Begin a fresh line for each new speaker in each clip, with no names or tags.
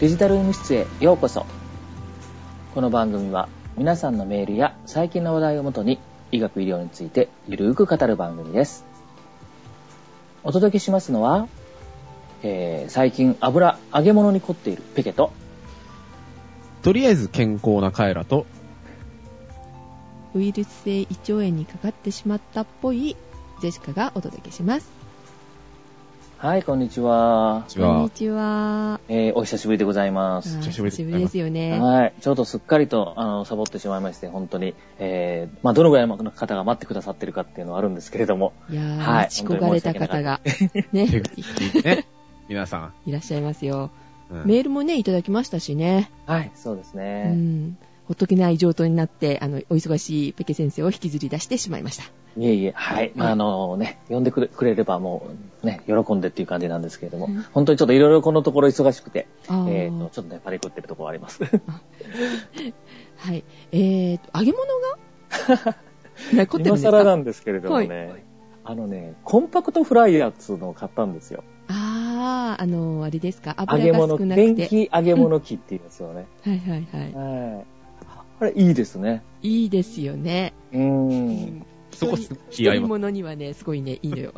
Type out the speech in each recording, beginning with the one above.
デジタル医務室へようこそこの番組は皆さんのメールや最近の話題をもとに医学医療についてゆるーく語る番組ですお届けしますのは、えー最近油揚げ物に凝っているペケと
とりあえず健康なカエラと、
ウイルス性胃腸炎にかかってしまったっぽいジェシカがお届けします。
はいこんにちは、
違
こん
う
に。ちは。
えーお久しぶりでございます
あー
久しぶりです
ですよね。
はい。ちょっとすっかりと、あの、サボってしまいまして、本当に、えー、まあ、どのぐらいの方が待ってくださってるかっていうのはあるんですけれども、
いやー、
はい
待ち焦がれた方が、
手
ね、
口いいね。皆さ
いらっしゃいますよ。
ん。うん
メールもね、いただきましたしね。
はい、そうです
う
ね。
ん。ほっとけない状況になって、あの、お忙しいペケ先生を引きずり出してしまいました。
いえいえ、はい。まあ、あのね、呼んでくれくれればもう、ね、喜んでっていう感じなんですけれども
うん、
本当にちょっといろいろこのところ忙しくて、
あー
えーと、ちょっとね、パニックってるところあります。
はい。えーと、揚げ物
今
がね凝ってるんですか
更なんですけれども
は
ね、あのね、コンパクトフライヤーっつうのを買ったんですよ。
あー、あのー、あれですか、
揚
油
げ
が
物、
少なく
電
て。
気揚げ物機っていうんですよね。
はいはいは
はい。あれ、いいですね。
い。いいですよね。
うーん。
そこす気
一
合い
人
ます。
物にはね、すごいね、いいのよ。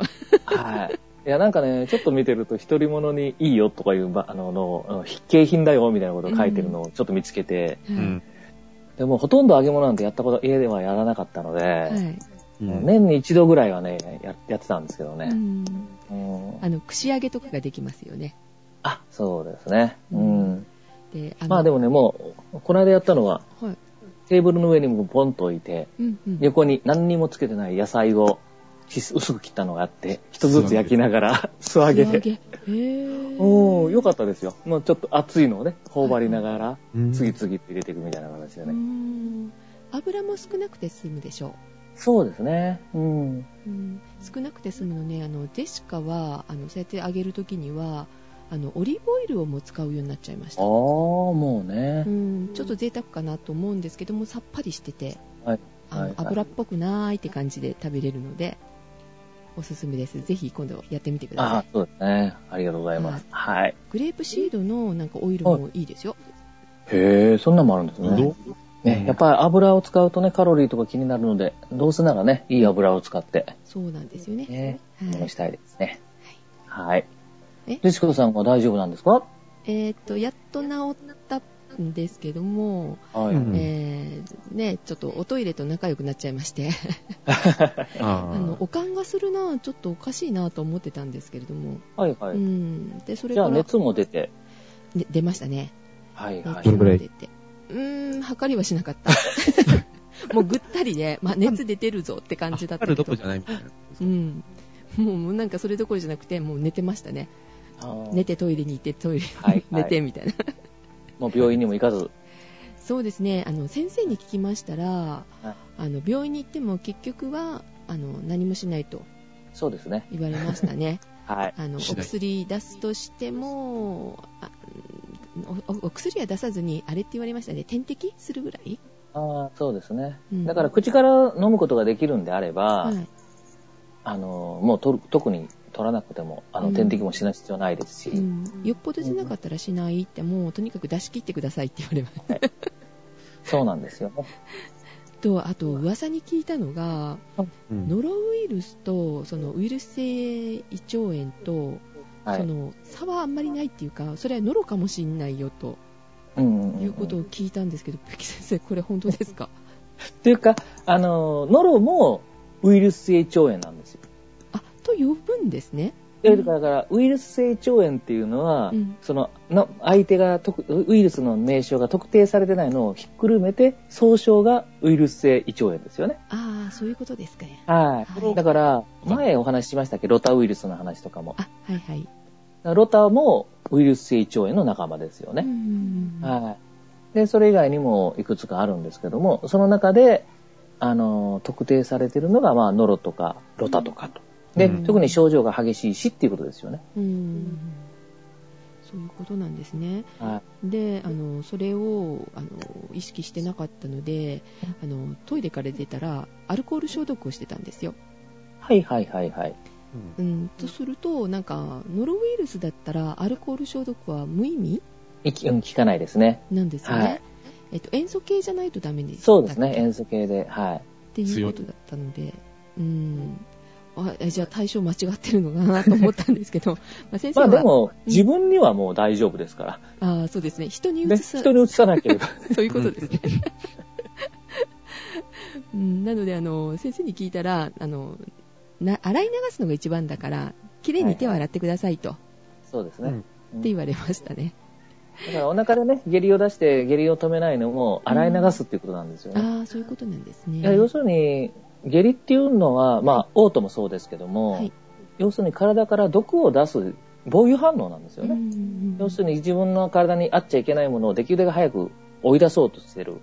はい。いや、なんかね、ちょっと見てると、独り者にいいよとかいうば、あの、の、あの必景品だよ、みたいなことを書いてるのをちょっと見つけて、
う
は
ん。
でも、ほとんど揚げ物なんてやったこと、家ではやらなかったので、
い。はい
うん
年に一度ぐらいはね、ややってたんですけど
う
ね。
ん
うん
あの、串揚げとかができますよね。
あ、そうですね。うん。
で、あの
まあでもね、もう、この間やったのは、
はい。
テーブルの上にもポンと置いて、
うんうん。
横に何にもつけてない野菜をひ薄く切ったのがあって、一つずつ焼きながら素揚げ
串揚
で
げ。。へぇ
おー、よか
か
ったですよ。もうちょっと熱いのをね、頬張りながら、
うん
次々と入れていくみたいな形でね。
ね。油も少なくて済むでしょ
そうですね。うん。
う。うん。少なくて済むのね、あの、ジェシカは、あの、そうやって揚げるときには、あの、オリーブオイルをもう使うようになっちゃいまし
あ
た
あ、。もう
う
ね。
ん。ちょっと贅沢かなと思うんですけども、さっぱりしてて、
はい。
あ
はい
の、油っぽくないって感じで食べれるので、おすすめです。ぜひ今度やってみてくだ
あ
さ
あ
い。、
そうですね。ありがとうございます。はい。
グレープシードのなんかオイルもいいですよ。
へえ、そんなんもあるんです
うど
ね
ん。
ね、やっぱり油を使うとね、カロリーとか気になるので、どうせならね、いい油を使って、
そうなんですよね。
ね、
はい
したいですね。はい。
え
でしこさんは大丈夫なんですか
えーっと、やっと治ったんですけども、
はい。
うん
えーね、ちょっとおトイレと仲良くなっちゃいまして、あの
あ
おかんがするな、ちょっとおかしいなと思ってたんですけれども、
はいは
う
い。
ん、で、それ
じ
か
ゃあ
ら、ね
熱も出て。
出ましたね。
はいはい
熱。
どれぐらい
出て。うーん、測りはしなかった。もうぐったりで、まあ、熱出てるぞって
あ。
感じだった
あ
け
る
ど
ど、こじゃないみたいな。
うん、もうなんかそれどころじゃなくて、もう寝てましたね。
あー
寝てトイレに行って、トイレ
はいはい
に 寝てみたいな。
もう病院にも行かず。
そうですねあの先生に聞きましたら、あの病院に行っても結局はあの何もしないと
そうですね。
言われま したね
はい。
あのお
しない
薬出すとしてもあおおお薬は出さずにあれって言われましたね点滴するぐらい、
ああ、そうですね。
うん
だから口から飲むことができるんであれば、
はい
あの、もう取る特に取らなくても、あ
う
の、
ん
点滴もしない必要ないですし、
うん、よっぽどじゃなかったらしないってもうとにかく出し切ってくださいって言われました
そうなんですよね。
とあと噂に聞いたのが
うん
ノロウイルスとそのウイルス性胃腸炎と
はい。
その差はあんまりないっていうかそれはノロかもしんないよと
うんうんうん
いうことを聞いたんです けど、ペキ先生これ本当ですか
っていうか、あの、ノロもウイルス性胃腸炎なんですよ。
あと呼ぶんですね
だから、だからウイルス性胃腸炎っていうのは、
うん
その、の相手が特、ウイルスの名称が特定されてないのをひっくるめて、総称がウイルス性胃腸炎ですよね。
ああそういうことですかね
は
はい
い。だから、前お話ししましたけど、ロタウイルスの話とかも。
あはいはい
ロタもウイルス性胃腸炎の仲間ですよ
う
ね。
ん
はい。で、それ以外にもいくつかあるんですけども、その中で、あの、特定されているのが、まあ、ノロとか、ロタとかと。で、
うん
特に症状が激しいしっていうことですよね。
うんそういうことなんですね
は
であのそれをあの意識してなかったのであのトイレから出たらアルコール消毒をしてたんですよ、
い。はいはいはいはい。
うん、とするとなんかノロウイルスだったらアルコール消毒は無意味
いきうん聞かないですね。
なんですよね。
はい
えっと、塩素系じゃないとダメです
そうですね、塩素系で。はい。
っていうことだったので、うん。あえじゃあ対象間違ってるのかなと思ったんです けど、まあ先生
まあ
は、
でも、
うん
自分にはもう大丈夫ですから。
ああそうですね、人に
で
移す、
人に移さなければ。
そういうことですね。 うん、なのであの、先生に聞いたらあのな、洗い流すのが一番だから、きれいに手を洗ってくださいと、
そうです
う
ね
ん。
うん
って言われましたね。
だからお腹でね、下痢を出して下痢を止めないのも洗い流すっていうことなんですよね。
ああ、そういうことなんですね。
いや要するに、下痢っていうのは、まあ、嘔吐もそうですけども、
はい
要するに体から毒を出す防御反応なんですよね。要するに自分の体に合っちゃいけないものをできるだけ早く追い出そうとしてる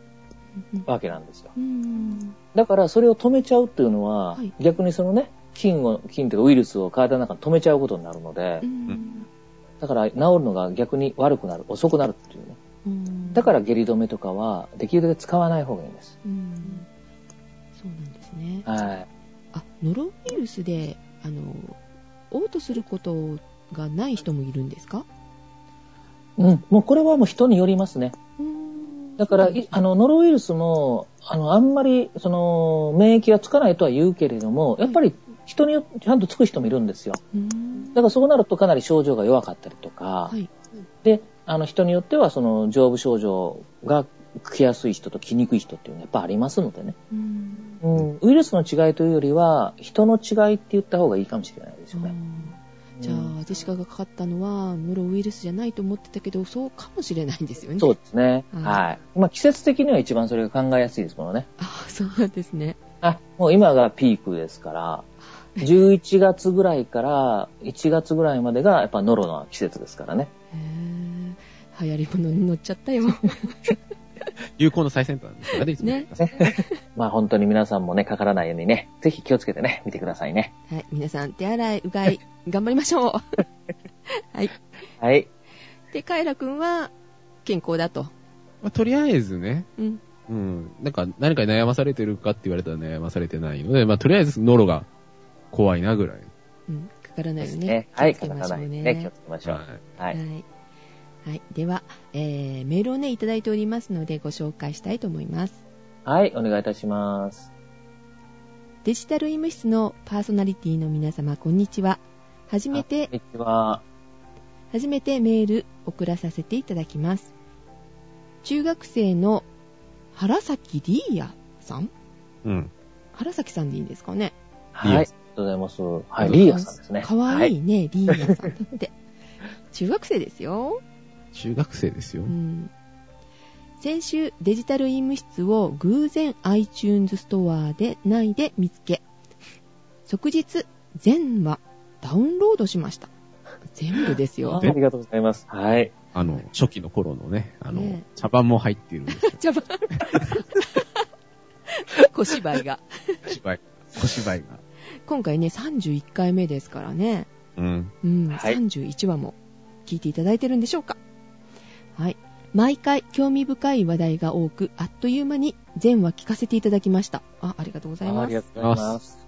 に、
わけなんですよ。
うん
だからそれを止めちゃうっていうのは、
はい
逆にそのね、菌を、菌というかウイルスを体の中に止めちゃうことになるので
う、ん
だから治るのが逆に悪くなる、遅くなるっていうね。
うん
だから下痢止めとかは、できるだけ使わない方がいいんです。
うんそうなんですね。
はい。
あ、ノロウイルスで、あの、嘔吐することがない人もいるんですか
うん、もうこれはもう人によりますね。だから、いあの、ノロウイルスも、あの、あんまり、その、免疫がつかないとは言うけれども、やっぱり人によってちゃんとつく人もいるんですよ。
うん
だからそうなるとかなり症状が弱かったりとか、
はい。
で、あの、人によっては、その、上部症状が来やすい人と来にくい人っていうのはやっぱありますのでね。
うん
うん、ウイルスの違いというよりは、人の違いって言った方がいいかもしれないですよ
あ
ね。
ーじゃ
うん
あ、ジェシカがかかったのは、ノロウイルスじゃないと思ってたけど、そうかもしれないんですよね。
そうですね。
うん
はい。まあ、季節的には一番それが考えやすいですものね。
あーそうなんですね。
あ、もう今がピークですから、11月ぐらいから1月ぐらいまでがやっぱノロの季節ですからね。
へー流行り物に乗っちゃっ たよ。
有効の最先端ですからね、いつも言ってます。
まあ本当に皆さんもね、かからないようにね、ぜひ気をつけてね、見てくださいね。
はい、皆さん、手洗い、うがい、頑張りま しょう。はい。
はい。
で、カエラくんは、健康だと。
まあとりあえずね、
うん。
うん、なんか何かに悩まされてるかって言われたら悩まされてないので、まあとりあえずノロが怖いなぐらい。
うん。かからないよ
です
ね。
ねはい、
気をつ
か
け
か
ま
ら
し
な
ょう
いよう
ね
にね、気をつけましょう。は。
はいい。はい。では、えー、メールをね、いただいておりますので、ご紹介したいと思います。
はい、お願いいたします。
デジタル医務室のパーソナリティの皆様、こんにちは。初めて
こん、にちは。
初めてメール送らさせていただきます。中学生の原崎リーヤさん
うん。
原崎さんでいいんですかね
はい。あ
リア
りがとうございます。はい、リーヤさんですね。
かわいいね、リーヤさんだって。中学生ですよ。
中学生ですよ
う。ん先週デジタル医務室を偶然 iTunes ストアで内で見つけ即日全話ダウンロードしました全部です
は
よ
い。ありがとうございます。はい。
あの、初期の頃のね、あの、
ね。
茶番も入っているんですよ
茶番小芝居が
小芝居、小芝居が。
今回ね31回目ですからね
うん。
うん、
はい
31話も聞いていただいてるんでしょうか。はい。毎回興味深い話題が多く、あっという間に全話聞かせていただきました。あ、ありがとうござい
あ
ま
りが
す。
とうございます。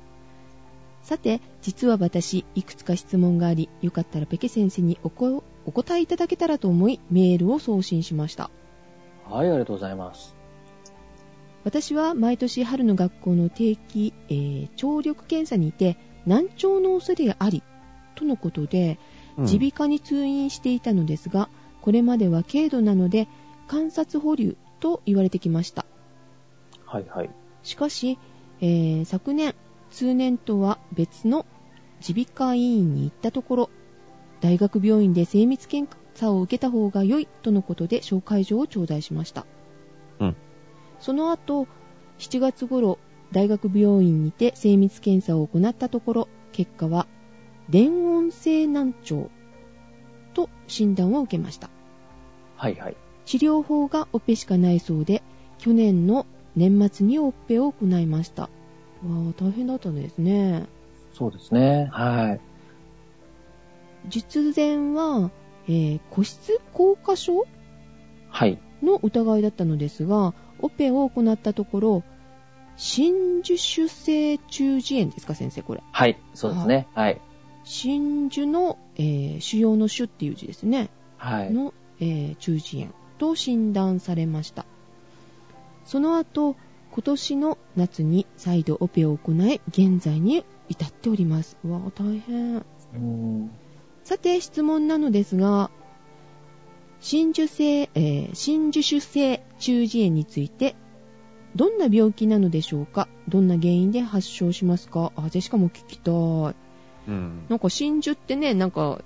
さて、実は私、いくつか質問があり、よかったらペケ先生におこお答えいただけたらと思い、メールを送信しました。
はい、ありがとうございます。
私は毎年春の学校の定期、えー聴力検査にて難聴の恐れがありとのことで
うん
耳鼻科に通院していたのですが、これまでは軽度なので観察保留と言われてきました
はい、はい。
しかし、えー昨年通年とは別の耳鼻科医院に行ったところ大学病院で精密検査を受けた方が良いとのことで紹介状を頂戴しました、
うん
その後7月頃大学病院にて精密検査を行ったところ結果は電音性難聴と診断を受けました
はい、はい。
治療法がオペしかないそうで去年の年末にオペを行いましたわあ大変だったんですね
そうですね。はい。
術前は、えー個室硬化症
はい。
の疑いだったのですがオペを行ったところ真珠腫性中耳炎ですか先生これ
はい、そうですね。はい。
真珠の、えー腫瘍の腫っていう字ですね
はい。
の、ええー中耳炎と診断されましたその後今年の夏に再度オペを行い現在に至っておりますうわ大変
うん。
さて質問なのですが真珠性、えー真珠腫性中耳炎についてどんな病気なのでしょうかどんな原因で発症しますかあジェシカも聞きたい
うん。
なんか真珠ってねなんか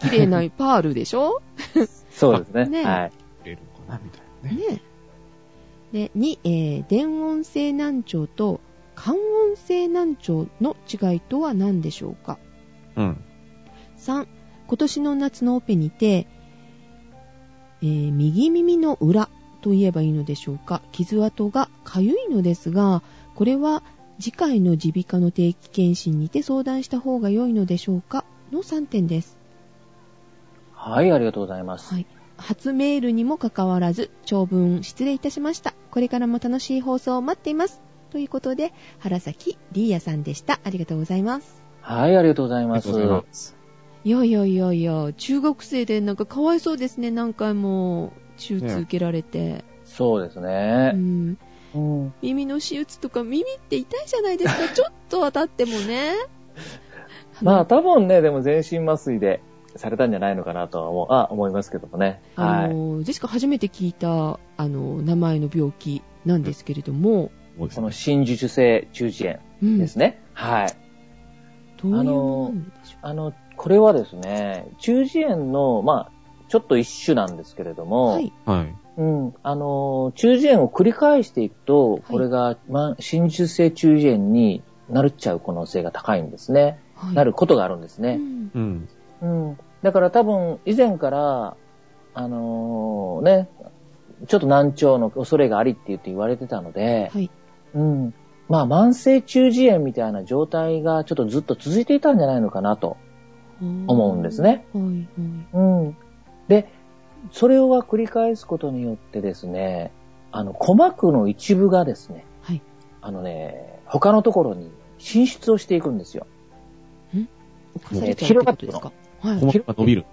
綺麗なパールでしょ
そうですね。
ねえ
はい。
入れるのかなみたいなね。
ねで2、えー電音性難聴と感音性難聴の違いとは何でしょうか
うん。
3今年の夏のオペにて、えー右耳の裏と言えばいいのでしょうか傷跡がかゆいのですがこれは次回の耳鼻科の定期検診にて相談した方が良いのでしょうかの3点です
はい、ありがとうございます。
はい。初メールにもかかわらず、長文失礼いたしました。これからも楽しい放送を待っています。ということで、原崎リーヤさんでした。ありがとうございます。
はい、ありがとうござい
あり
ま
が
す
とう。ございます。
いやいやいやいや、中学生でなんかかわいそうですね、何回も手術受けられて。
そうです
う
ね。
ん。
うん。
耳の手術とか耳って痛いじゃないです か、ちょっと当たってもね。
まあ、多分ね、でも全身麻酔でされたんじゃないのかなとは思う、 あ、思いますけどもね。
あ
はい。
の、ジェシカ初めて聞いた、あの、名前の病気なんですけれども、
そうです
この
ね。
真珠受精中耳
う
炎
ん。ど
で
う
すね。はい。
いうものなんでしょう。
あの、これはですね、中耳炎の、まあ、ちょっと一種なんですけれども、
はい。
はい。
うん、あの、中耳炎を繰り返していくと、これが、まあ、真珠性中耳炎になるっちゃう可能性が高いんですね。
はい
なることがあるんです
う
ね。
ん
うん。
うん。だから多分、以前から、あのーね、ちょっと難聴の恐れがありって言って言われてたので、
はい。
うん。まあ、慢性中耳炎みたいな状態がちょっとずっと続いていたんじゃないのかなと思うんです。ね。
はいはい。
うん。で、それを繰り返すことによってですね、あの、鼓膜の一部がですね、
はい
あのね、他のところに進出をしていくんですよ。
犯されちゃうってことですか。はい。
細かく伸びる。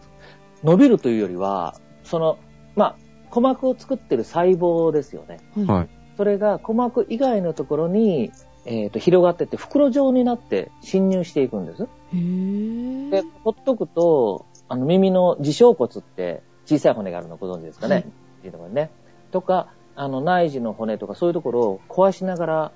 伸びるというよりは、その、まあ、鼓膜を作ってる細胞ですよね。
は
はい。
それが鼓膜以外のところに、えーと広がってって袋状になって侵入していくんです。
い。へぇ
で、ほっとくと、あの耳の耳小骨って小さい骨があるのご存知ですかね。
はい
っていうところね。とか、あの内耳の骨とかそういうところを壊しながら、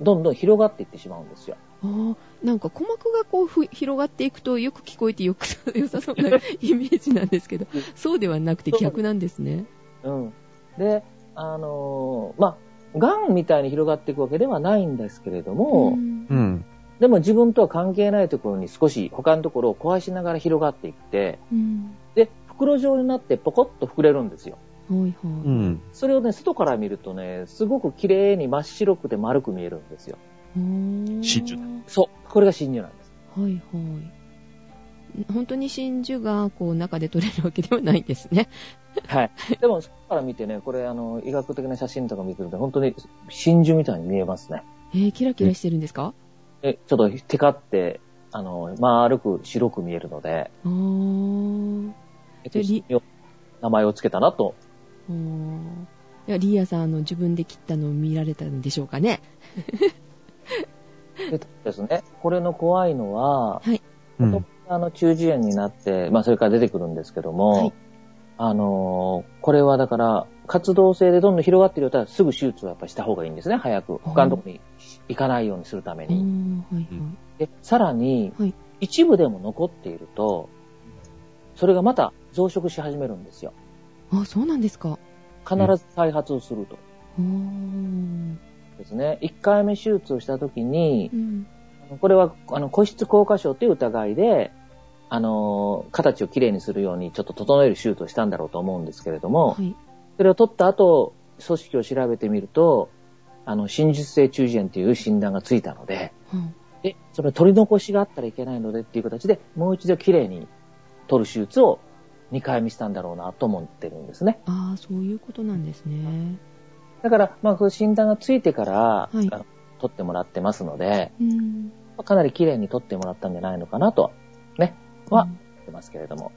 どんどん広がっていってしまうんですよ。
あーなんか鼓膜がこうふ広がっていくとよく聞こえてよく良さそうなイメージなんですけど、そうではなくて逆なんですね。
うん。で、あのーまあ、癌みたいに広がっていくわけではないんですけれども、
ん
うん。
でも自分とは関係ないところに少し他のところを壊しながら広がっていって、
うん
で、袋状になってポコッと膨れるんですよ。
はい
う
はい。
ん。
それをね、外から見るとね、すごく綺麗に真っ白くて丸く見えるんですよ。
真
真珠
そう。これが真珠なんです。
はいはい。本当に真珠がこう中で取れるわけではないんですね。
はい。でも、外から見てね、これ、あの、医学的な写真とか見てると、本当に真珠みたいに見えますね。
えー、キラキラしてるんですか
え、ちょっとテカって、あの、丸く白く見えるので、
あー。
えっ
じゃあり
と名前をつけたなと。
おーいやリーヤさんあの自分で切ったのを見られたんでしょうかね
でですね、これの怖いのは、
はい
うん。
あの、中耳炎になって、まあ、それから出てくるんですけども、
はい
あのーこれはだから、活動性でどんどん広がっているようだったら、すぐ手術をやっぱりした方がいいんですね、早く。他のところに行かないようにするため
お
に。
ーはい
うん
で、さらに
はい、
一部でも残っていると、それがまた増殖し始めるんですよ。
はいあそうなんですか
必ず再発をすると。
おーうん
ですね。1回目手術をした時に、これは、あの、個室硬化症という疑いで、あのー、形をきれいにするようにちょっと整える手術をしたんだろうと思うんですけれども、
はい
それを取った後、組織を調べてみると、あの、真実性中耳炎という診断がついたので、
うん
で、その取り残しがあったらいけないのでっていう形で、もう一度きれいに取る手術を2回見したんだろうなと思ってるんですね。
ああそういうことなんですね
だから、まあ、この診断がついてから、
い
あの取ってもらってますので、
うん
まあかなりきれいに取ってもらったんじゃないのかなと、ね、は、言ってますけれども。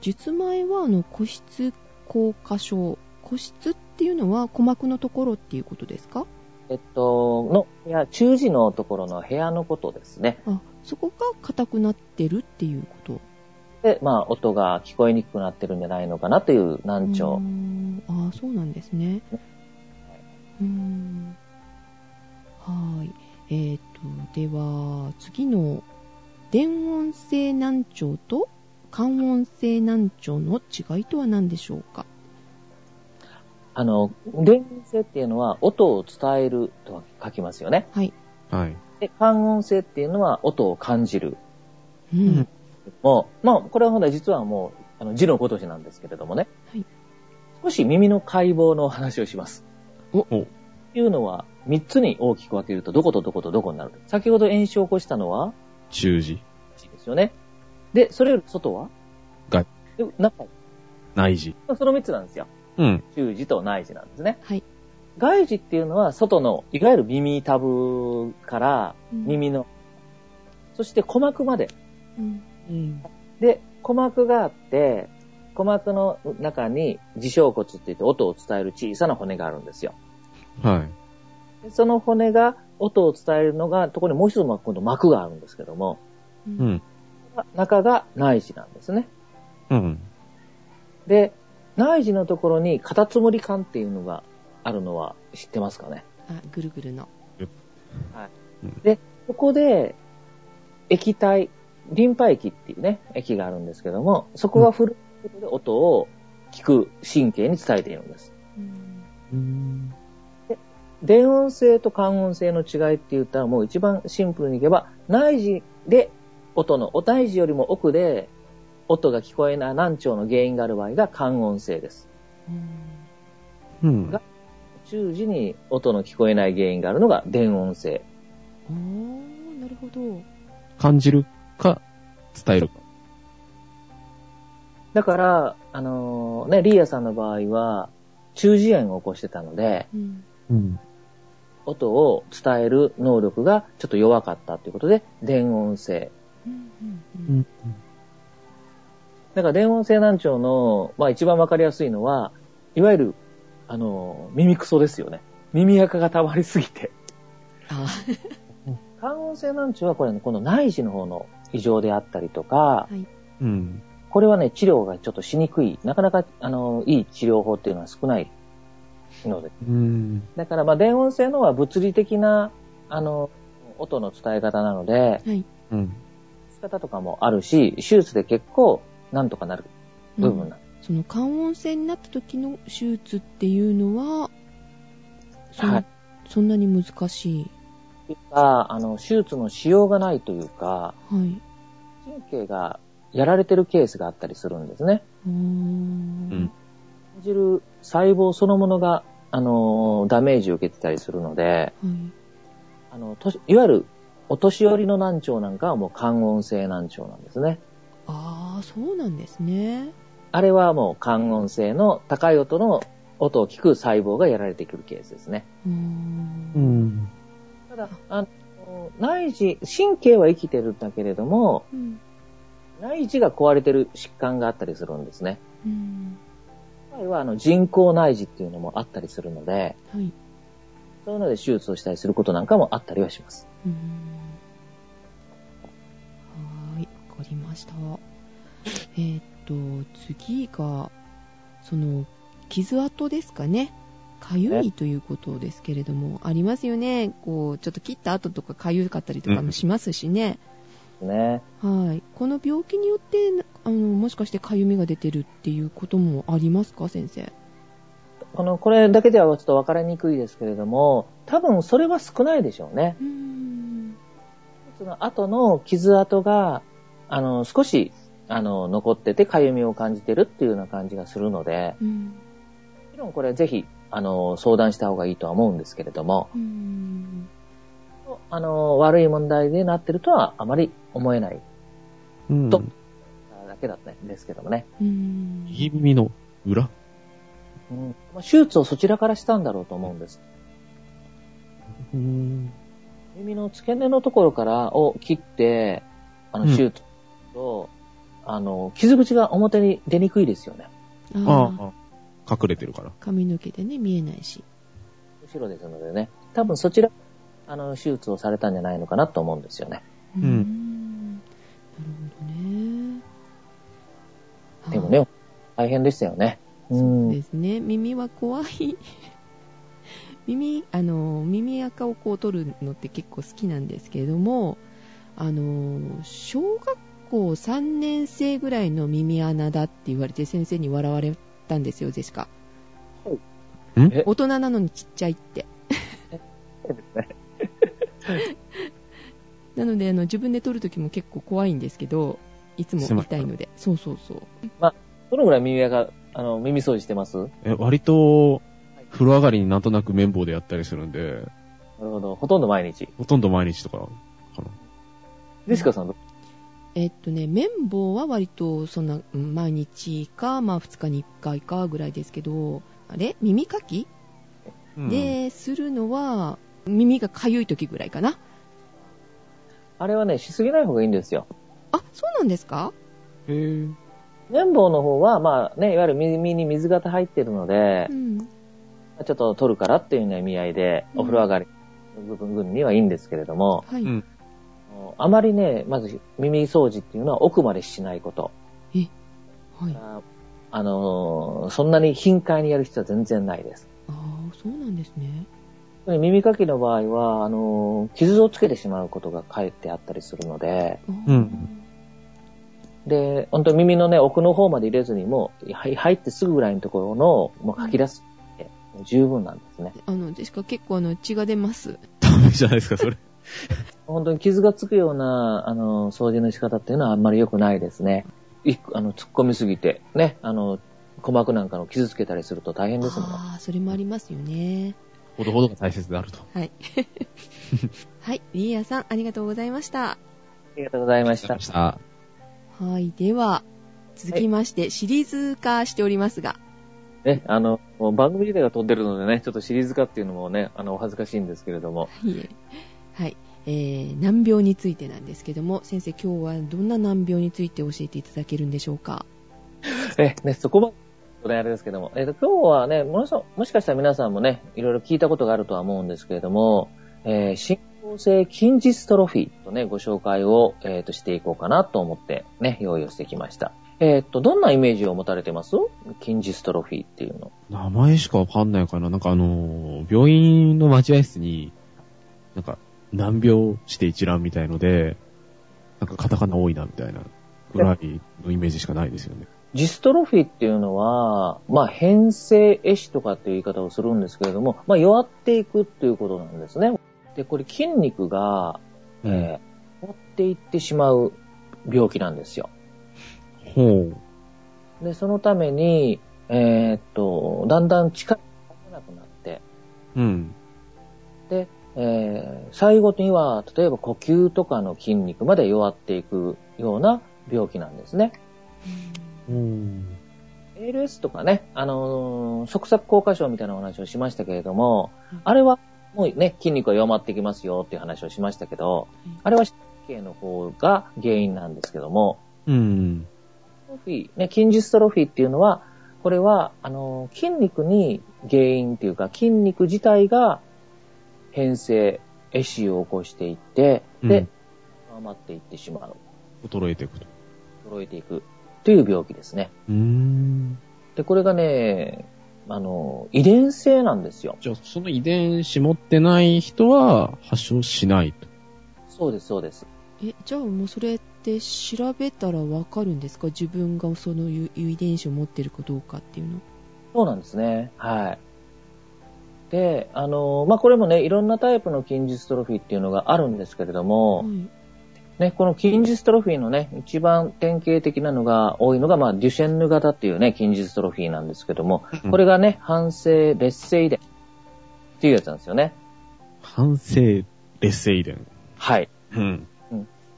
術前はあの個室硬化症個室っていうのは鼓膜のところっていうことですか
えっと、の、いや、中耳のところの部屋のことですね。
あそこが硬くなってるっていうこと
で、まあ、音が聞こえにくくなってるんじゃないのかなという難
うー
聴。
んああそうなんですねうーんはーいえー、とでは次の電音性難聴と感音性難聴の違いとは何でしょうか
あの、電音性っていうのは音を伝えると書きますよね。
はい
はい。
で、感音性っていうのは音を感じる。
うん、
うん
もう、まあ、これはほんと実はもう、あの、字のごとしなんですけれどもね。
はい
少し耳の解剖の話をします。
お、お、
っていうのは、3つに大きく分けると、どことどことどこになる。先ほど炎症を起こしたのは、
中耳、
ですよね。で、それより外は
外
で中
内耳。
その3つなんですよ。
うん。
中耳と内耳なんですね。
はい
外耳っていうのは外の、いわゆる耳タブから
うん
耳の、そして鼓膜まで。
うん
で、鼓膜があって、鼓膜の中に耳小骨って言って音を伝える小さな骨があるんですよ。
はい。
でその骨が音を伝えるのが、ところにもう一つま今度膜があるんですけども、
う
うんん。
中が内耳なんですね。
うん。
で、内耳のところにカタツムリ管っていうのがあるのは知ってますかね
あぐるぐるの
ここで、液体、リンパ液っていうね、液があるんですけども、そこが振ることで音を聞く神経に伝えているんです。
うん
うん。
電音性と感音性の違いって言ったらもう一番シンプルにいけば、内耳で音の、お内耳よりも奥で音が聞こえない難聴の原因がある場合が感音性です。
うん
うん。
が中耳に音の聞こえない原因があるのが電音性。
あーなるほど
感じるか、伝えるか。
だから、あのね、リーヤさんの場合は、中耳炎を起こしてたので、
うん
うん。
音を伝える能力がちょっと弱かったということで、電音性。
うんうん
うん。
だから電音性難聴の、まあ一番わかりやすいのは、いわゆる、あの、耳クソですよね。耳垢が溜まりすぎて。
あー
感音性難聴はこれ、この内耳の方の異常であったりとか、
うん。
これはね、治療がちょっとしにくい。なかなか、あの、いい治療法っていうのは少ないので。
うん。
だから、まあ、電音性のは物理的な、あの、音の伝え方なので、
はい
うん。
仕方とかもあるし、手術で結構、なんとかなる
う
部
ん
分なんで
その感音性になった時の手術っていうのは、そ,、
はい
そんなに難しい。
すが、あの、手術のしようがないというか、
はい。
神経がやられてるケースがあったりするんですね。
うーん。
感じる細胞そのものが、あの、ダメージを受けてたりするので、
はい。
あの、としいわゆる、お年寄りの難聴なんかはもう感音性難聴なんですね。
ああ、そうなんですね。
あれはもう感音性の高い音の音を聞く細胞がやられてくるケースですね。
うー。
うんん。
ただ、あの、内耳、神経は生きてるんだけれども、
うん。
内耳が壊れてる疾患があったりするんですね。
うん。
今回はあの人工内耳っていうのもあったりするので、
はい。
そういうので手術をしたりすることなんかもあったりはします。
うーん。はーい。わかりました。えーっと、次が、その、傷跡ですかね。かゆいということですけれども、ありますよね。こう、ちょっと切った跡とかかゆかったりとかもしますしね。
ね。
はい。この病気によって、あの、もしかしてかゆみが出てるっていうこともありますか、先生。
この、これだけではちょっと分かりにくいですけれども、多分それは少ないでしょうね。
うーん。
その後の傷跡が、あの、少し、あの、残ってて、かゆみを感じてるっていうような感じがするので、
うん。
もちろんこれぜひ、あの、相談した方がいいとは思うんですけれども、
うーん。
あの、悪い問題でなってるとはあまり思えない
うん。
とだけだったんですけどもね。
うーん。
右耳の裏
うん、まあ手術をそちらからしたんだろうと思うんです。
うん。
耳の付け根のところからを切って、あの、
うん
手術と、あの、傷口が表に出にくいですよね。
ああ
ああ。隠れてるから。
髪の毛でね、見えないし。
後ろですのでね。多分そちら、あの、手術をされたんじゃないのかなと思うんですよね。
うん
ん。な
で
るほどね。
も
は
ね、大変でしたよね。
あ、
う。
そうんですね。耳は怖い。 耳、あの、耳垢をこう取るのって結構好きなんですけれども、あの、小学校3年生ぐらいの耳穴だって言われて先生に笑われたんですよ、ジェシカ。
ん
え
大人なのにちっちゃいって。なのであの自分で撮るときも結構怖いんですけど、いつも痛いので。そうそうそう。
どのぐらい耳が、あの、耳掃除してますな
え、割と、風呂上がりになんとなく綿棒でやったりするんで、
るほど。ほとんど毎日。
ほとんど毎日とか、かな。
ジェシカさんど、
えっとね、綿棒は割とそんなうん毎日か、まあ2日に1回かぐらいですけど、あれ耳かき、
うん、
で、するのは耳がかゆいときぐらいかな。
あれはね、しすぎない方がいいんですよ。
あ、そうなんですか
へー
綿棒の方は、まあね、いわゆる耳に水が入ってるので
う、ん。
ちょっと取るからっていうような意味合いで、
うん
お風呂上がりの部分にはいいんですけれども、
はい。
うん
あまりね、まず耳掃除っていうのは奥までしないこと。
はい。あ
ああのーそんなに頻回にやる必要は全然ないです。
あ、そうなんですね。
耳かきの場合は、あのー傷をつけてしまうことが書いてあったりするので、
あー
うん
で、本当に耳のね、奥の方まで入れずにもう、はい入ってすぐぐらいのところの、もう吐き出すって十分なんですね。
あの、ジェシカ結構あの血が出ます。
ダメじゃないですか、それ。
本当に傷がつくような、あの、掃除の仕方っていうのはあんまり良くないですね。いあの、突っ込みすぎて、ね、あの、鼓膜なんかの傷つけたりすると大変ですもんね。
ああ、それもありますよね。
ほどほどが大切であると。
はい。はい。リーヤさん、ありがとうございました。
ありがとうございました。
した。
はい。では、続きまして、シリーズ化しておりますが、
ね、あの、もう番組自体が飛んでるのでね、ちょっとシリーズ化っていうのもね、あの、お恥ずかしいんですけれども。
いえはい。えー、難病についてなんですけども、先生、今日はどんな難病について教えていただけるんでしょうか
え、ね、そこまで、ね、あれですけども。えっ、と、今日はね、もしもしかしたら皆さんもね、いろいろ聞いたことがあるとは思うんですけれども、えー進行性筋ジストロフィーとね、ご紹介を、えーとしていこうかなと思ってね、用意をしてきました。えっ、と、どんなイメージを持たれてます筋ジストロフィーっていうの。
名前しかわかんないから、なんかあのー病院の待合室に、なんか、難病して一覧みたいので、なんかカタカナ多いなみたいな、ぐらいのイメージしかないですよね。
ジストロフィーっていうのは、まあ、変性壊死とかっていう言い方をするんですけれども、まあ、弱っていくっていうことなんですね。で、これ筋肉が、えー持っていってしまう病気なんですよ。
ほう。
で、そのために、えーっと、だんだん力が入らなくなって、
うん。
えー最後には、例えば呼吸とかの筋肉まで弱っていくような病気なんですね。
うん。
ALS とかね、あのー、側索硬化症みたいなお話をしましたけれども、あれはもうね、筋肉が弱まってきますよっていう話をしましたけど、あれは神経の方が原因なんですけども、
うん。
トロフィー、ね、筋ジストロフィーっていうのは、これは、あの、筋肉に原因っていうか、筋肉自体が変性、壊死を起こしていって、
う
で
ん、
余っていってしまう、
衰えていくと。
衰えていくという病気ですね。
うーん。
で、これがね、あの、遺伝性なんですよ。
じゃあ、その遺伝子持ってない人は発症しないと。
そうです、そうです。
え、じゃあもうそれって調べたらわかるんですか自分がその遺遺伝子を持ってるかどうかっていうの。
そうなんですね。はい。で、あの、まあ、これもね、いろんなタイプの筋ジストロフィーっていうのがあるんですけれども、
はい
ね、この筋ジストロフィーのね、一番典型的なのが多いのが、まあ、デュシェンヌ型っていうね、筋ジストロフィーなんですけども、これ
が、
がね、反性劣性遺伝っていうやつなんですよね。
反省、劣勢遺伝。
はい。
うん。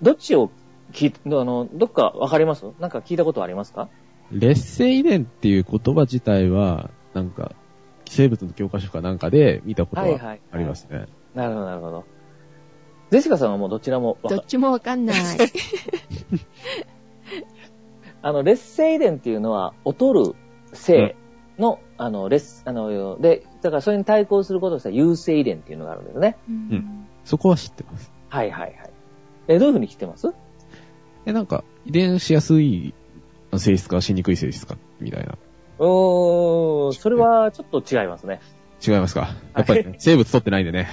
どっちを聞い、あの、どっかわかりますなんか聞いたことありますか
劣勢遺伝っていう言葉自体は、なんか、生物の教科書かなんかで見たこと
はいは
はいありますね。
なるほど、なるほど。ジェシカさんはもうどちらもわ
ど
か
っちもわかんない。
あの、劣勢遺伝っていうのは、劣る性の、あの、劣、あの、で、だからそれに対抗することをした優勢遺伝っていうのがあるんですね。
んそこは知ってます。
はいはいはい。え、どういうふうに来てます
え、なんか、遺伝しやすい性質かしにくい性質か、みたいな。
うーん、それはちょっと違いますね。
違いますかやっぱり、ね、生物取ってない んでね。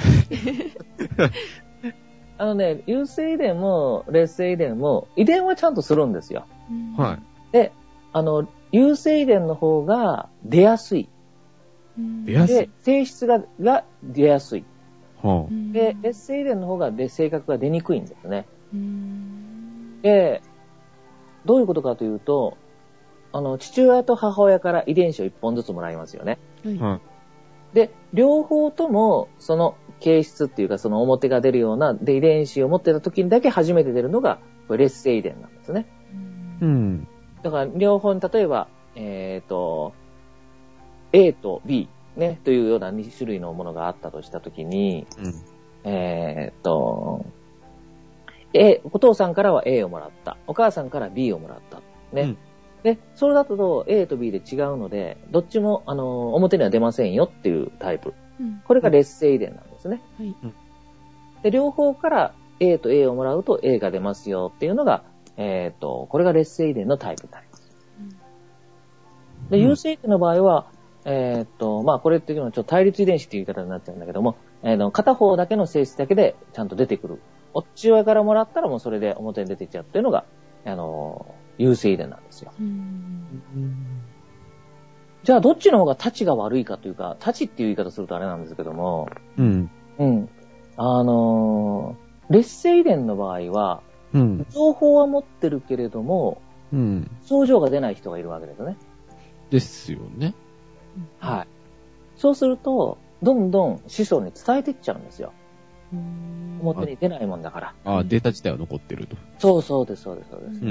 あのね、優勢遺伝も劣勢遺伝も、遺伝はちゃんとするんですよ。
はい。
で、あの、優勢遺伝の方が出やすい。
い
出やすい
で、性質が、が出やすい。
はあ、
で、劣勢遺伝の方がで性格が出にくいんですね。で、どういうことかというと、あの、父親と母親から遺伝子を1本ずつもらいますよね。
は
はい。
で、両方とも、その形質っていうか、その表が出るようなで遺伝子を持ってた時にだけ初めて出るのが、これ劣勢遺伝なんですね。
うん。
だから、両方に、例えば、えっ、と、A と B、ね、というような2種類のものがあったとした時に、
うん。
えっ、と、A、お父さんからは A をもらった。お母さんから B をもらった。ね。
うん
で、それだと A と B で違うので、どっちも、あの、表には出ませんよっていうタイプ。これが劣勢遺伝なんですね。
はい
で、両方から A と A をもらうと A が出ますよっていうのが、えっ、と、これが劣勢遺伝のタイプになります。で、
うん
優勢遺伝の場合は、えっ、と、まあ、これっていうのはちょっと対立遺伝子っていう言い方になっちゃうんだけども、えーと片方だけの性質だけでちゃんと出てくる。お父親からもらったらもうそれで表に出てっちゃうっていうのが、あのー、優勢遺伝なんですよ。じゃあ、どっちの方が立ちが悪いかというか、立ちっていう言い方するとあれなんですけども、
うん。
うん。あのー劣勢遺伝の場合は、
うん。
情報は持ってるけれども、
うん。
症状が出ない人がいるわけですよね。
ですよね。
はい。そうすると、どんどん子孫に伝えていっちゃうんですよ。表に出ないもんだから。
ああ、データ自体は残ってると。
そうそうです、そうです、そうです。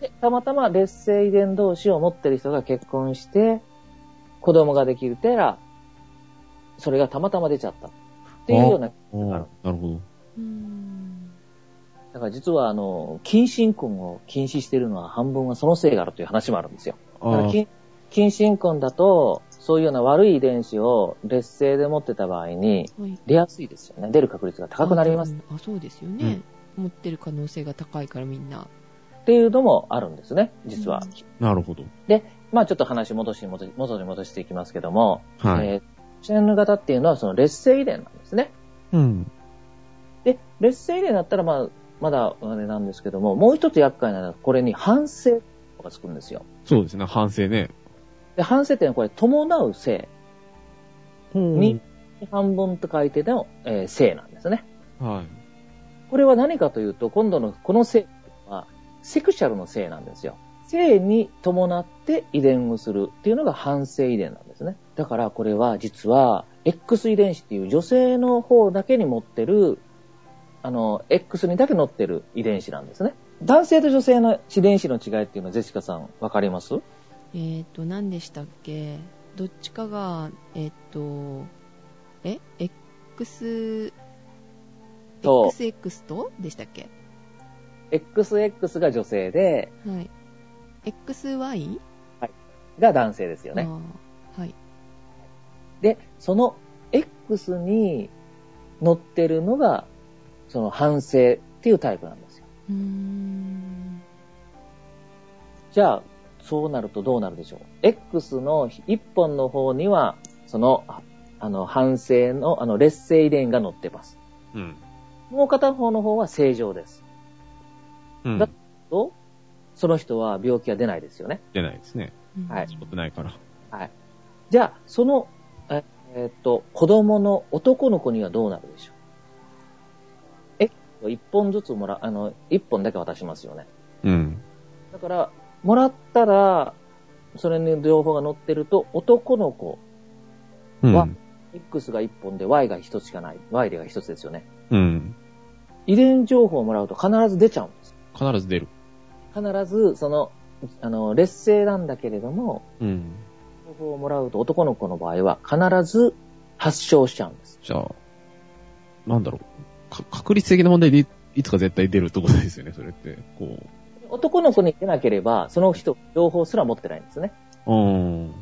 で、たまたま劣勢遺伝同士を持ってる人が結婚して、子供ができるてら、それがたまたま出ちゃった。っていうような、
ああ、なるほど。
だから実はあの、近親婚を禁止してるのは半分はそのせいがあるという話もあるんですよ。だから
ああ、
近近親婚だと、そういうような悪い遺伝子を劣勢で持ってた場合に、出やすいですよね。出る確率が高くなります。
あそうですよね、持ってる可能性が高いからみんな
っていうのもあるんですね、実は。
うん
なるほど。
まあちょっと話戻し戻し、元に戻していきますけども、
はい。
えー、シェンヌ型っていうのはその劣勢遺伝なんですね。
うん。
で、劣勢遺伝だったらまあ、まだあれなんですけども、もう一つ厄介なのは、これに反省とかつくんですよ。
そうですね、反省ね。
で、反省っていうのはこれ、伴う性、
に
半分と書いての、えー性なんですね。
はい。
これは何かというと、今度のこの性は、セクシャルの性なんですよ。性に伴って遺伝をするっていうのが反性遺伝なんですね。だからこれは実は、X 遺伝子っていう女性の方だけに持ってる、あの、X にだけ乗ってる遺伝子なんですね。男性と女性の遺伝子の違いっていうのはジェシカさんわかります
えっ、と何でしたっけどっちかがえっ、とえ X
そう
XX とでしたっけ
?XX が女性で、
はい XY?
が男性ですよね。
ああはい
で、その X に乗ってるのが、その反省っていうタイプなんですよ。
うーん
じゃあ、そうなるとどうなるでしょう ?X の1本の方には、その、ああの、反省の、あの、劣勢遺伝が乗ってます。
うん。
もう片方の方は正常です。
うん。
だと、その人は病気が出ないですよね。
出ないですね。
はい
持ってないから。
じゃあ、その、ええーっと、子供の男の子にはどうなるでしょうえ、一本ずつもら、あの、一本だけ渡しますよね。
うん。
だから、もらったら、それに情報が載ってると、男の子、
う
わ
ん。
X が一本で Y が一つしかない。Y が一つですよね。
うん。
遺伝情報をもらうと必ず出ちゃうんです。
必ず出る。
必ず、その、あの、劣勢なんだけれども、
うん。
情報をもらうと男の子の場合は必ず発症しちゃうんです。
じゃあ、なんだろう。か確率的な問題でいいつか絶対出るってことですよね、それって。こう。
男の子に出なければ、その人、情報すら持ってないんですね。
うん。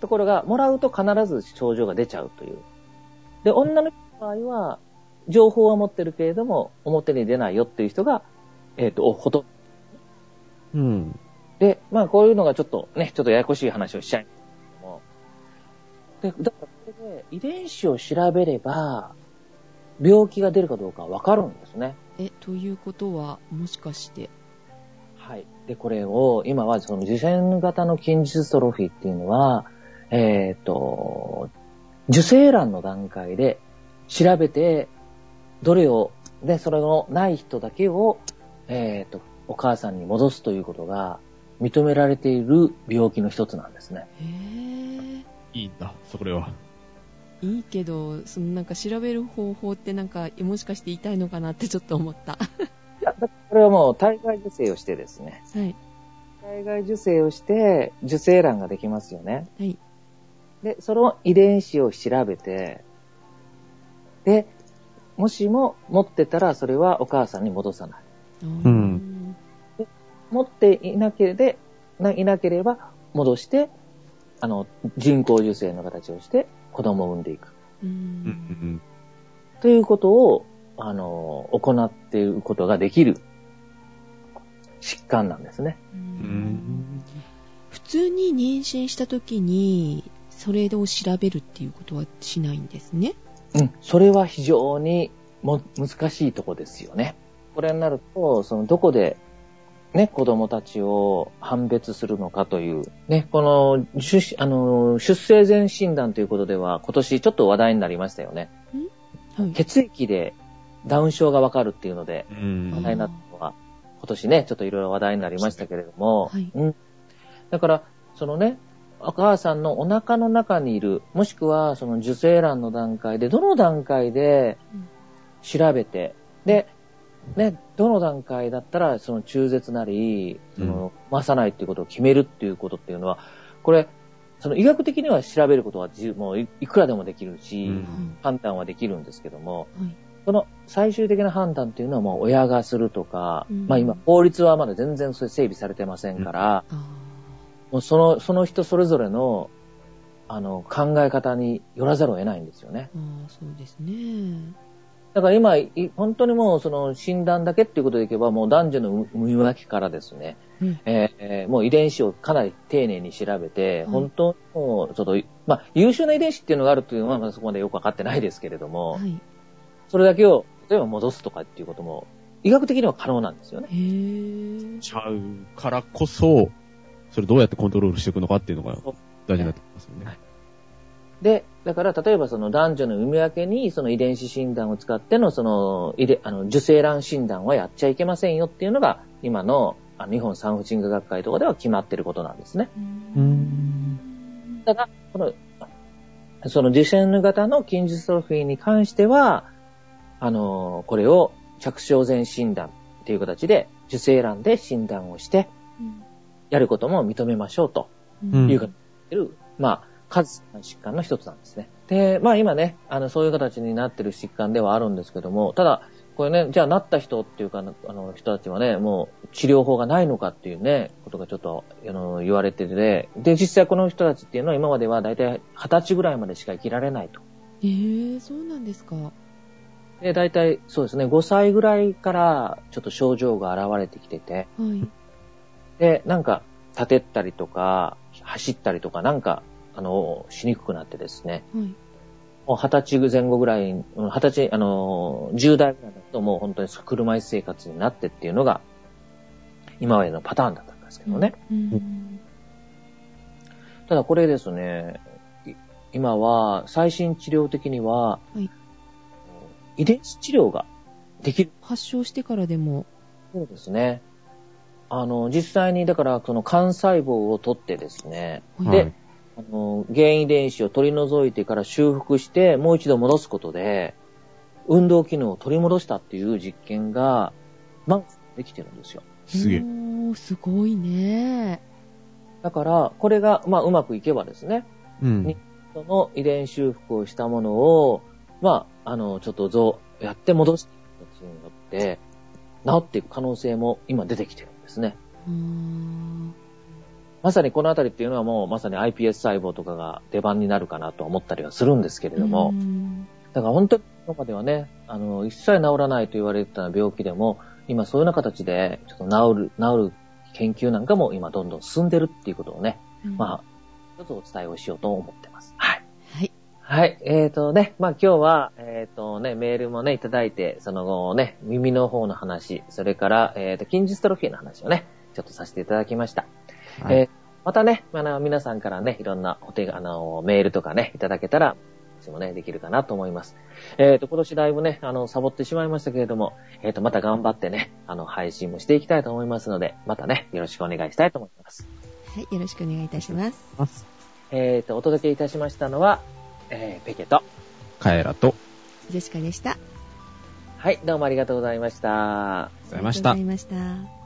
ところが、もらうと必ず症状が出ちゃうという。で、女の人の場合は、情報は持ってるけれども、表に出ないよっていう人が、えっ、と、ほとんど
うん。
で、まあこういうのがちょっとね、ちょっとややこしい話をしちゃいますけども。で、だからこれで遺伝子を調べれば、病気が出るかどうかわかるんですね。
え、ということは、もしかして、
はい。で、これを、今はその受精型の筋術トロフィーっていうのは、えっ、と、受精卵の段階で調べて、どれを、で、それのない人だけを、えっ、と、お母さんに戻すということが認められている病気の一つなんですね。
へー、
いいんだ、それは。。
いいけど、そのなんか調べる方法ってなんか、もしかして痛いのかなってちょっと思った。
いや、だからこれはもう体外受精をしてですね。
はい。
体外受精をして、受精卵ができますよね。
はい。
で、その遺伝子を調べて、で、もしも持ってたらそれはお母さんに戻さない。
うん
持っていなければ、ないなければ戻して、あの、人工受精の形をして子供を産んでいく。
う。
うんん。
ということを、あの、行っていることができる疾患なんですね。
うん。うん
普通に妊娠した時に、それを調べるっていうことはしないんですね。
うん、それは非常にも難しいとこですよね。これになると、そのどこで、ね、子供たちを判別するのかという、ね、この出しあの出生前診断ということでは、今年ちょっと話題になりましたよね。
はい。
血液でダウン症がわかるっていうので、
う
話
ん
題になったのは、今年ね、ちょっといろいろ話題になりましたけれども、
はい
うん、だから、そのね、お母さんのお腹の中にいる、もしくはその受精卵の段階で、どの段階で
うん
調べて、で、ね、どの段階だったら、その中絶なり、その、回さないっていうことを決めるっていうことっていうのは、これ、その医学的には調べることはじもういいくらでもできるし、
うん
判断はできるんですけども、
はい。
その最終的な判断っていうのはもう親がするとか、
うん
まあ今法律はまだ全然それ整備されてませんから、
あ
もうその、その人それぞれの、あの、考え方によらざるを得ないんですよね。
ーあー、そうですね。
だから今、い本当にもうその診断だけっていうことでいけば、もう男女の産み分けからですね、
うん
えーえーもう遺伝子をかなり丁寧に調べて、
うん
本当にもう、ちょっと、まあ優秀な遺伝子っていうのがあるというのは、まあそこまでよくわかってないですけれども、
はい。
それだけを、例えば戻すとかっていうことも、医学的には可能なんですよね。
へー。
ちゃうからこそ、それどうやってコントロールしていくのかっていうのが
そう
大事になってきますよね。
で、だから例えばその男女の産み分けにその遺伝子診断を使ってのその遺伝あの受精卵診断はやっちゃいけませんよっていうのが今のあの日本産婦人科学会とかでは決まってることなんですね。
う。
うんん
ただ、この、その受精型の筋術トロフィーに関しては、あの、これを着床前診断っていう形で受精卵で診断をしてやることも認めましょうと。
うん
いう形になってる、まあ、数の疾患の一つなんですね。で、まあ今ね、あの、そういう形になってる疾患ではあるんですけども、ただ、これね、じゃあなった人っていうか、あの、人たちはね、もう治療法がないのかっていうね、ことがちょっと、あの、言われてて、で、実際この人たちっていうのは今までは大体20歳ぐらいまでしか生きられないと。
えー、そうなんですか。
で、大体、そうですね、5歳ぐらいからちょっと症状が現れてきてて、
はい。
で、なんか、立てったりとか、走ったりとか、なんか、あの、しにくくなってですね、
はい。
もう二十歳前後ぐらい、うん二十歳、あのー、10代ぐらいだともう本当に車椅子生活になってっていうのが、今までのパターンだったんですけどね。
うん。
ただこれですね、い今は最新治療的には、
はい
遺伝子治療ができる。
発症してからでも。
そうですね。あの、実際にだからその幹細胞を取ってですね、
はい
で、あの、原因遺伝子を取り除いてから修復して、もう一度戻すことで、運動機能を取り戻したっていう実験が、満足できてるんですよ。
すげえ。
おー、すごいね。
だから、これが、まあ、うまくいけばですね、
うん
ね。その遺伝修復をしたものを、まあ、あの、ちょっと増、やって戻すっていう形によって、治っていく可能性も今出てきてるんですね。
うーん
まさにこのあたりっていうのはもうまさに iPS 細胞とかが出番になるかなとは思ったりはするんですけれども、
うん
だから本当に今まではね、あの、一切治らないと言われてた病気でも、今そういうような形で、ちょっと治る、治る研究なんかも今どんどん進んでるっていうことをね、まあ、ちょっとお伝えをしようと思ってます。はい。
はい。
はい。えっ、とね、まあ今日は、えっ、とね、メールもね、いただいて、その後ね、耳の方の話、それから、えっ、と、筋ジストロフィーの話をね、ちょっとさせていただきました。
はい
えーまたね、あの、皆さんからね、いろんなお手、あの、メールとかね、いただけたら、私もね、できるかなと思います。えっ、と、今年だいぶね、あの、サボってしまいましたけれども、えっ、と、また頑張ってね、あの、配信もしていきたいと思いますので、またね、よろしくお願いしたいと思います。
はい、よろしくお願いいたします。
えっ、と、お届けいたしましたのは、えー、ペケと。
カエラと、
ジェシカでした。
はい、どうもありがとうございました。
ございました
あり。がとうございました。